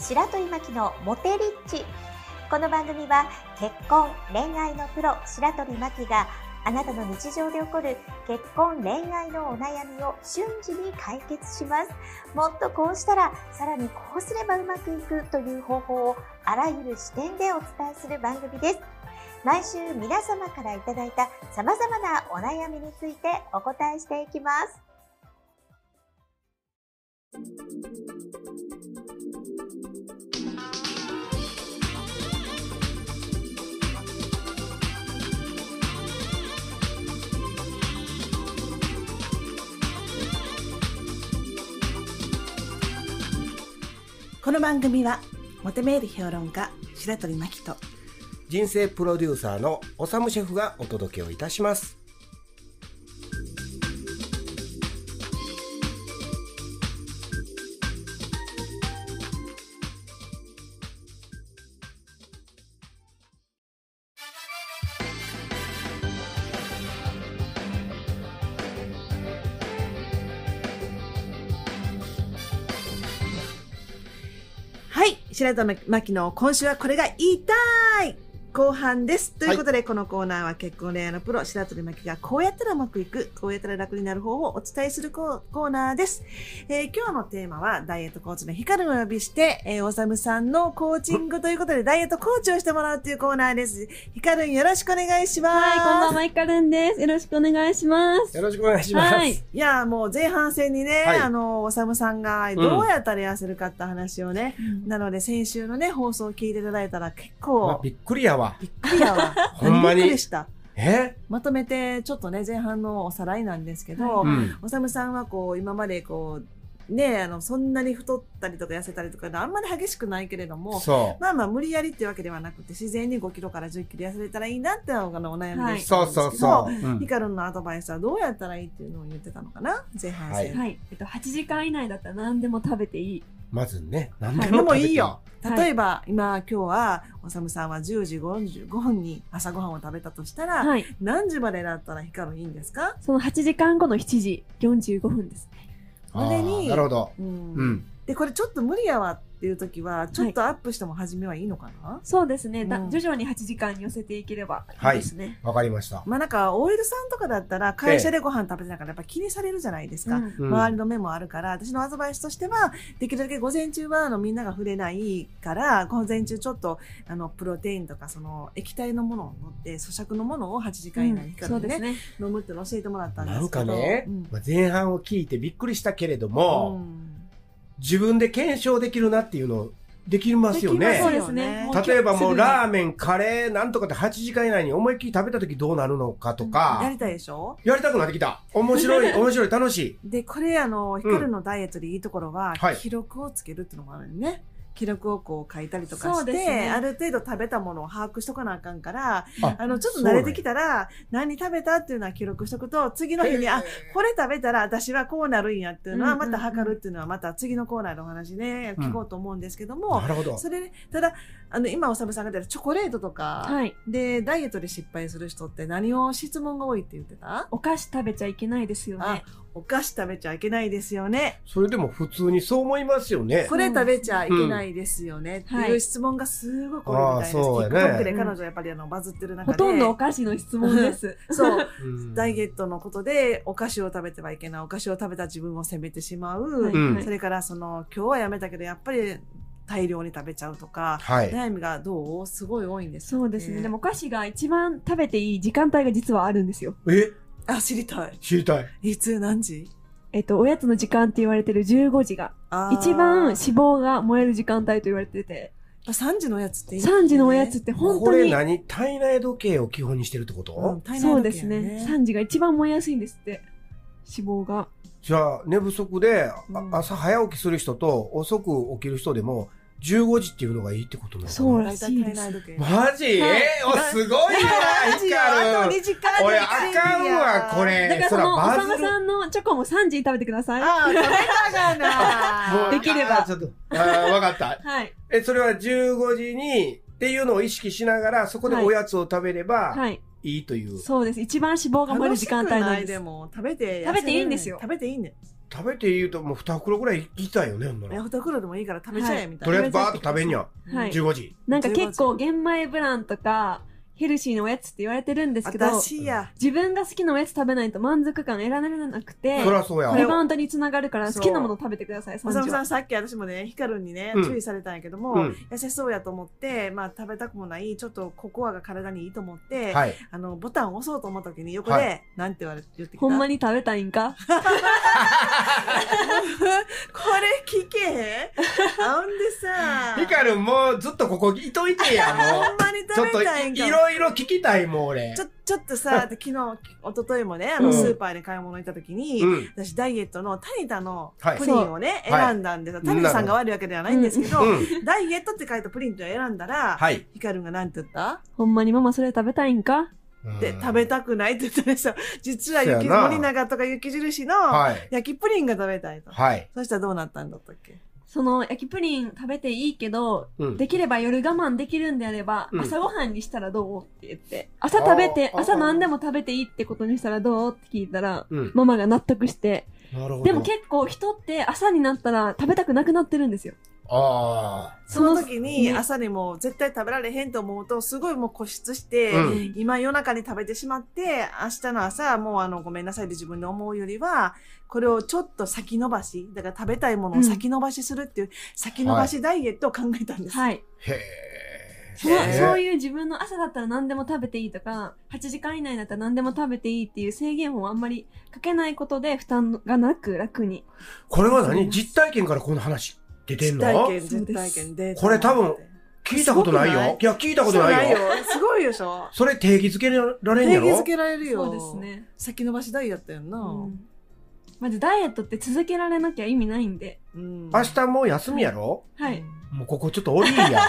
白鳥真希のモテリッチこの番組は結婚恋愛のプロ白鳥真希があなたの日常で起こる結婚恋愛のお悩みを瞬時に解決しますもっとこうしたらさらにこうすればうまくいくという方法をあらゆる視点でお伝えする番組です毎週皆様からいただいた様々なお悩みについてお答えしていきますこの番組はモテメール評論家白鳥真希と人生プロデューサーのおさむシェフがお届けをいたしますはい白鳥真希の今週はこれが言いたい後半ですということで、このコーナーは結婚恋愛のプロ白鳥真希がこうやったらうまくいくこうやったら楽になる方法をお伝えするコーコーナーです、えー今日のテーマはダイエットコーチのヒカルをお呼びして、えー、おさむさんのコーチングということでダイエットコーチをしてもらうというコーナーですヒカルよろしくお願いしますはい、こんばんは、いかるんです。よろしくお願いします。よろしくお願いします、はいいやーもう前半戦にね、はいあのおさむさんがどうやったら痩せるかって話をね、なので先週のね放送を聞いていただいたら結うわ構びっくりやわびっくりやわ ほんまにびっくりしたえ、まとめてちょっとね前半のおさらいなんですけど、はういん、おさむさんはこう今までこうねあのそんなに太ったりとか痩せたりとかあんまり激しくないけれどもそまあまあ無理やりっていうわけではなくて自然に5キロから10キロ痩せれたらいいなっていうのがあのお悩みうでいしたんそうですけど、そうそう、うんヒカルンのアドバイスはどうやったらいいっていうのを言ってたのかな前半戦、はい、えっと、8時間以内だったら何でも食べていい。まずね何ででも食もべていいよ。はい例えば、今、今日は、おさむさんは10時45分に朝ごはんを食べたとしたら、はい、何時までだったら光るいいんですかその8時間後の7時45分ですね。までにあーなるほどうんうんで、これちょっと無理やわっていう時は、ちょっとアップしても初めはいいのかな、そうですね、だうん徐々に8時間に寄せていければいいはいですね。わかりました、まあなんか、OL さんとかだったら、会社でご飯食べてたからやっぱ気にされるじゃないですか。うんうん周りの目もあるから、私のアドバイスとしては、できるだけ午前中は、あの、みんなが触れないから、午前中ちょっと、あの、プロテインとか、その、液体のものを飲って、咀嚼のものを8時間以内に光そうるですね、ね。飲むっていうのを教えてもらったんですなけど。んかね、うんまあ前半を聞いてびっくりしたけれどうも、ん自分で検証できるなっていうのできますよできまねすそうですね。も例えばもうラーン。メン、カレー、なんとかって8時間以内に思いっきり食べた時どうなるのかとか、やりたいでしょやりたくなってきた。面白い、面白い、楽しい。で、これ、あの、ヒカルのダイエットでいいところは、はい記録をつけるっていうのもあるよね。記録をこう書いたりとかそしうて、ですねある程度食べたものを把握しとかなあかんから、ああの、ちょっと慣れてきたら、何食べたっていうのは記録しとくと、 次の日に、あ、これ食べたら私はこうなるんやっていうのは、うんうんまうんた測るっていうのは、また次のコーナーのお話ね、うん聞こうと思うんですけども、なるほど。それね、ただ、あの、今、おさむさんが言ったチョコレートとか、はい。で、ダイエットで失敗する人って何を質問が多いって言ってたお菓子食べちゃいけないですよね。お菓子食べちゃいけないですよね。それでも普通にそう思いますよねこ。れ食べちゃいけないですよね。っていう質問がすごく多いみたいです。うんはいあーそうやね TikTok で彼女やっぱりあのバズってる中で。ほとんどお菓子の質問です。 そう。うんダイエットのことでお菓子を食べてはいけない。お菓子を食べた自分を責めてしまう。はいうんはいそれからその、今日はやめたけど、やっぱり大量に食べちゃうとか、はい。悩みがどうすごい多いんですよ。そうですね。ねでもお菓子が一番食べていい時間帯が実はあるんですよ。えあ、知りたい。知りたい。いつ何時えっと、おやつの時間って言われてる15時があー一番脂肪が燃える時間帯と言われてて、 3時のおやつっていいよね3時のおやつって本こ当れに、何体内時計を基本にしてるってこと、うん体内時計やそうですね、3時が一番燃えやすいんですって、脂肪が。じゃあ、寝不足で、あうん朝早起きする人と遅く起きる人でも、15時っていうのがいいってことなのかなそう大体体内時計。マジ、はいえーお、すごいわ、ヒカあとル2時間俺、あかんわ、こ。れ。だからそそらの、おバさズまるさんのチョコも3時に食べてください。ああ、これだもがうでな。きればあーちょっと、あーわかった。はい。え、それは15時にっていうのを意識しながら、そこではいおやつを食べればはい。いいという。そうです。一番脂肪が燃える時間帯なん楽しくです。も食べて痩せれる食べていいんですよ食べていいんです。食べて言うともう2袋ぐらいいきたいよね、ほんならえ、ホタクロでもいいから食べちゃえ、みたいとな。りあえずバーッと食べんにゃ、はい15時。なんか結構玄米ブランとかヘルシーなおやつって言われてるんですけど私や。自分が好きなおやつ食べないと満足感得られなくてそりゃそうやここ。れが本当につながるからそ好うきなもの食べてくださいお三さむ時さはん、さっき私もね、ヒカルにね、うん注意されたんやけども、うん。痩せそうやと思って、まあ食べたくもない、ちょっとココアが体にいいと思って、はい。あの、ボタンを押そうと思った時に横で、はなんて言われて、言ってきたほんまに。に食べたいんかこれ聞け へんあんでさ、ヒカルもうずっとここいといて や、もほんまにう。ちょっ食とべたいんいかろいろ聞きたい、もう俺ち。ょちょっとさ、 昨日、一昨日もね、あうの、んスーパーで買い物行った時に、うん。私、ダイエットのタニタのはいプリンをね、そうはい選んだんですよ。タニタさんが悪いわけではないんですけど、うん。ダイエットって書いたプリントを選んだら、はい。ヒカルがなんて言ったほんまにママそれ食べたいんかで、食べたくないって言ったらさ、実は雪、そうやな森永とか雪印のうんはい。焼きプリンが食べたいと。はい。そしたらどうなったんだったっけその焼きプリン食べていいけどうんできれば夜我慢できるんであれば、うん朝ごはんにしたらどうって言って朝食べてあー朝何でも食べていいってことにしたらどうって聞いたらうん。ママが納得してなるほど。でも結構人って朝になったら食べたくなくなってるんですよあその時にね朝にもう絶対食べられへんと思うと、すごいもう固執して、うん今夜中に食べてしまって、明日の朝、もうあの、ごめんなさいって自分で思うよりは、これをちょっと先延ばし、だから食べたいものを先延ばしするっていう、先延ばしダイエットを考えたんです。はいあ。へそのへーそういう自分の朝だったら何でも食べていいとか8時間以内だったら何でも食べていいっていう制限をあんまりかけないことで負担がなく楽にえ。これは何実体験からこの話出て実んの体験、そうです実体験で。これ多分聞いたことないすごくなよい。いや、聞いたこそとうないよ。すごいでしょそれ定義づけられん定や義ろづけられるよ。そうです。ね、先延ばしダイエットやんな。うんまずダイエットって続けられなきゃ意味ないんでうん明日もう休みやろはい、もうここちょっと降りいや。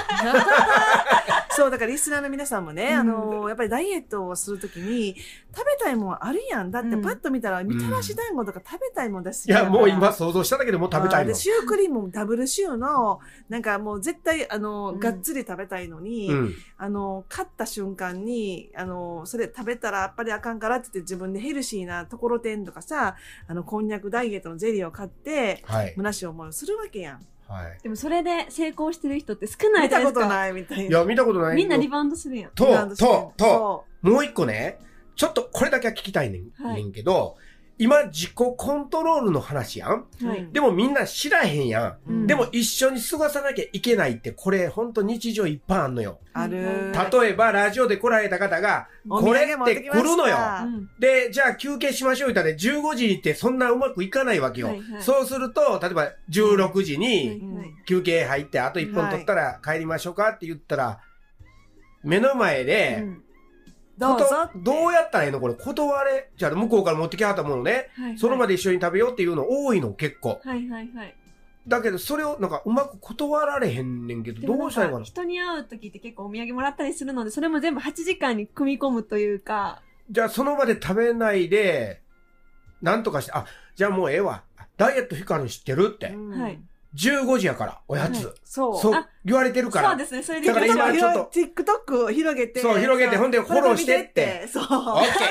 そう、だからリスナーの皆さんもね、うんあの、やっぱりダイエットをするときに、食べたいもんあるやん。だってうんパッと見たら、みたらし団子とか食べたいもんだし。 いや、もう今す想像しただけでもう食べたいもで、ん。シュークリームもダブルシューの、なんかもう絶対、あの、うんがっつり食べたいのに、うん。あの、買った瞬間に、あの、それ食べたらやっぱりあかんからって言って自分でヘルシーなところてんとかさ、あの、こんにゃくダイエットのゼリーを買って、はい。虚しい思いをするわけやん。はい。でもそれで成功してる人って少ない見じゃたなこいですとかないみたいいな。や、見たことない。みんなリバウンドするやんと、と、と、そもう一個ね、ちょっとこれだけは聞きたいねん,、はいけど、今自己コントロールの話やん。う。はいうんでもみんな知らへんや。うんんでも一緒に過ごさなきゃいけないって、これほんと日常いっぱいあんのよ。ある。例えばラジオで来られた方が、お土産持きましたこれって来るのようんで、じゃあ休憩しましょう言ったら15時にってそんなうまくいかないわけよ。はいはいそうすると、例えば16時にうんはい休憩入ってあと1本取ったら帰りましょうかって言ったら、目の前で、うんどうぞこってとどうやったらいいのこれ断れじゃあ向こうから持ってきはったものね。はいその場でで一緒に食べようっていうの多いの結構。はいはいはいだけどそれをなんかうまく断られへんねんけでど、どもなんうしたらいいかのかな人に会う時って結構お土産もらったりするのでそれも全部8時間に組み込むというかじゃあその場で食べないで、なんとかして、あ、じゃあもうええわ。ダイエット光るの知ってるって。うんはい15時やから、おやつ。そう。そうあ言われてるかそうら。ですねそれでだから今ちちょょっっとと TikTok を広げて。そう広げてほんでフォローしてって。そう。オッケー解決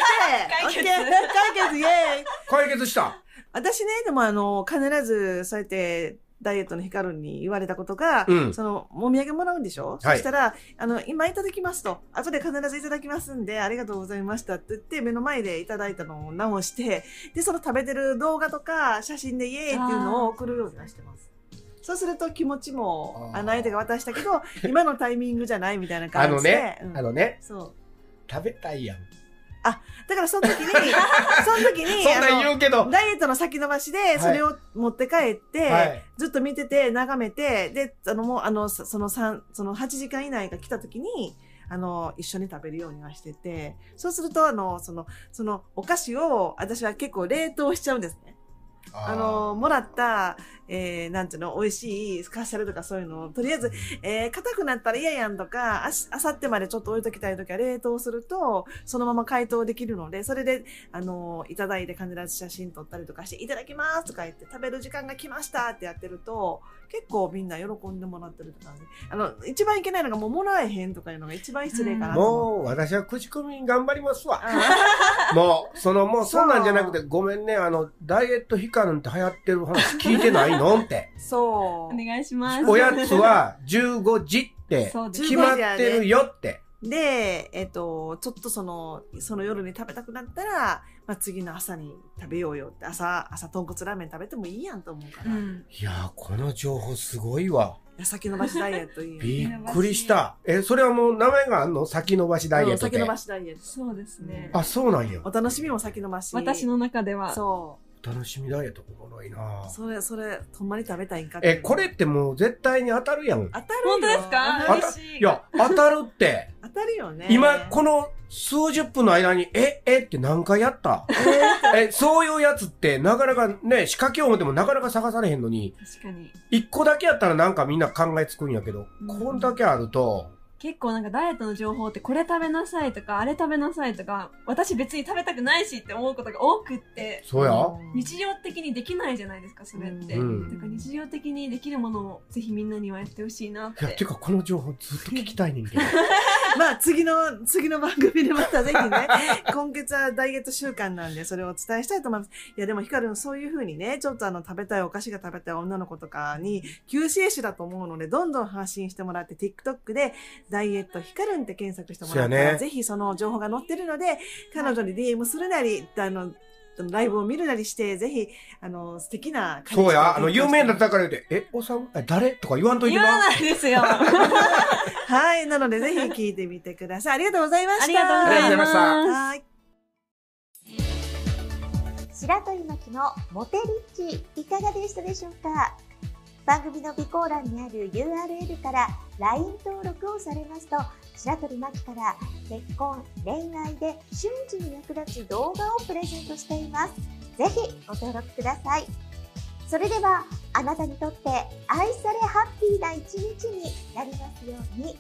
解決、イェーイ。解決した。私ね、でもあの、必ずそうやって、ダイエットのヒカルに言われたことが、うんその、お土産もらうんでしょ、はいそしたら、あの、今いただきますと、後で必ずいただきますんで、ありがとうございましたって言って、目の前でいただいたのを直して、で、その食べてる動画とか、写真でイエーイっていうのを送るようにはしてます。そうすると気持ちも、あーあの相手が渡したけ ど、今のタイミングじゃないみたいなあ感のじでね。、うんあのね、そう。食べたいやん。だからその時に、その時 そに、んなんあの言うけど。ダイエットの先延ばしで、それを持って帰って、はい。ずっと見てて、眺めて、で、あの、もう、あの、そその三その8時間以内が来た時に、あの、一緒に食べるようにはしてて、そうすると、あの、その、その、お菓子を、私は結構冷凍しちゃうんですね。あの、もらった、えー、なんていうの、美味しいカッシャルとかそういうのを、とりあえず、えー、硬くなったら嫌やんとか、あし、あさってまでちょっと置いときたいときは冷凍すると、そのまま解凍できるので、それで、あのー、いただいて必ず写真撮ったりとかして、いただきますとか言って、食べる時間が来ましたってやってると、結構みんな喜んでもらってるって感じ。あの、一番いけないのがもうもらえへんとかいうのが一番失礼かなと思って。もう私は口コミ頑張りますわ。あーもう、そのもうそうそんなんじゃなくて、ごめんね、あの、ダイエット光カなんて流行ってる話聞いてないのって。そお願いします。おやつは15時ってそうです決まってるよって。う。で、えっと、ちょっとその、その夜に食べたくなったら、まあ、次の朝に食べようよって、朝、朝豚骨ラーメン食べてもいいやんと思うかうら。ん。いやー、この情報すごいわ。先延ばしダイエットいいよね。びっくりした。え、それはもう名前があんの先延ばしダイエットうん先で延。ばしダイエット。そうですね。あ、そうなんやお。楽しみも先延ばし。私。の中では。そ楽しみダイエットおもろいなう。それ、それ、ほんまに食べたいんかっていうえ、これってもう絶対に当たるやん。当たるよ。本当ですかあた嬉しい。いや、当たるって。当たるよね。今、この数十分の間に、え、えって何回やったえ、そういうやつって、なかなかね、仕掛けよう思ってもなかなか探されへんのに、確かに。一個だけやったらなんかみんな考えつくんやけど、うんこんだけあると、結構なんかダイエットの情報ってこれ食べなさいとかあれ食べなさいとか私別に食べたくないしって思うことが多くってそうやん日常的にできないじゃないですかそれって、うんだから日常的にできるものをぜひみんなにはやってほしいなっいや、ててかこの情報ずっと聞きたいねんけど。まあ次の、次の番組でまたぜひね、 今月はダイエット週間なんで、それをお伝えしたいと思います。いや、でもヒカルン、そういうふうにね、ちょっとあの、食べたい、お菓子が食べたい女の子とかに、救世主だと思うので、どんどん発信してもらって、TikTok で、ダイエットヒカルンって検索してもらったそうら、やねぜひその情報が載ってるので、彼女に DM するなり、あの、ライブを見るなりして、ぜひ、あの、素敵な彼女そうを提供してや、あの、有名だったから言うて、え、おさん、え誰とか言わんといて言な。わないです よあはい、なのでぜひ聞いてみてください。ありがとうございました。りがとうごありがとうござざいいまましたすはい。白鳥巻のモテリッチいかがでしたでしょうか番組の備考欄にある URL から LINE 登録をされますと白鳥巻から結婚恋愛で瞬時に役立つ動画をプレゼントしていますぜひご登録くださいそれではあなたにとって愛されハッピーな一日になりますように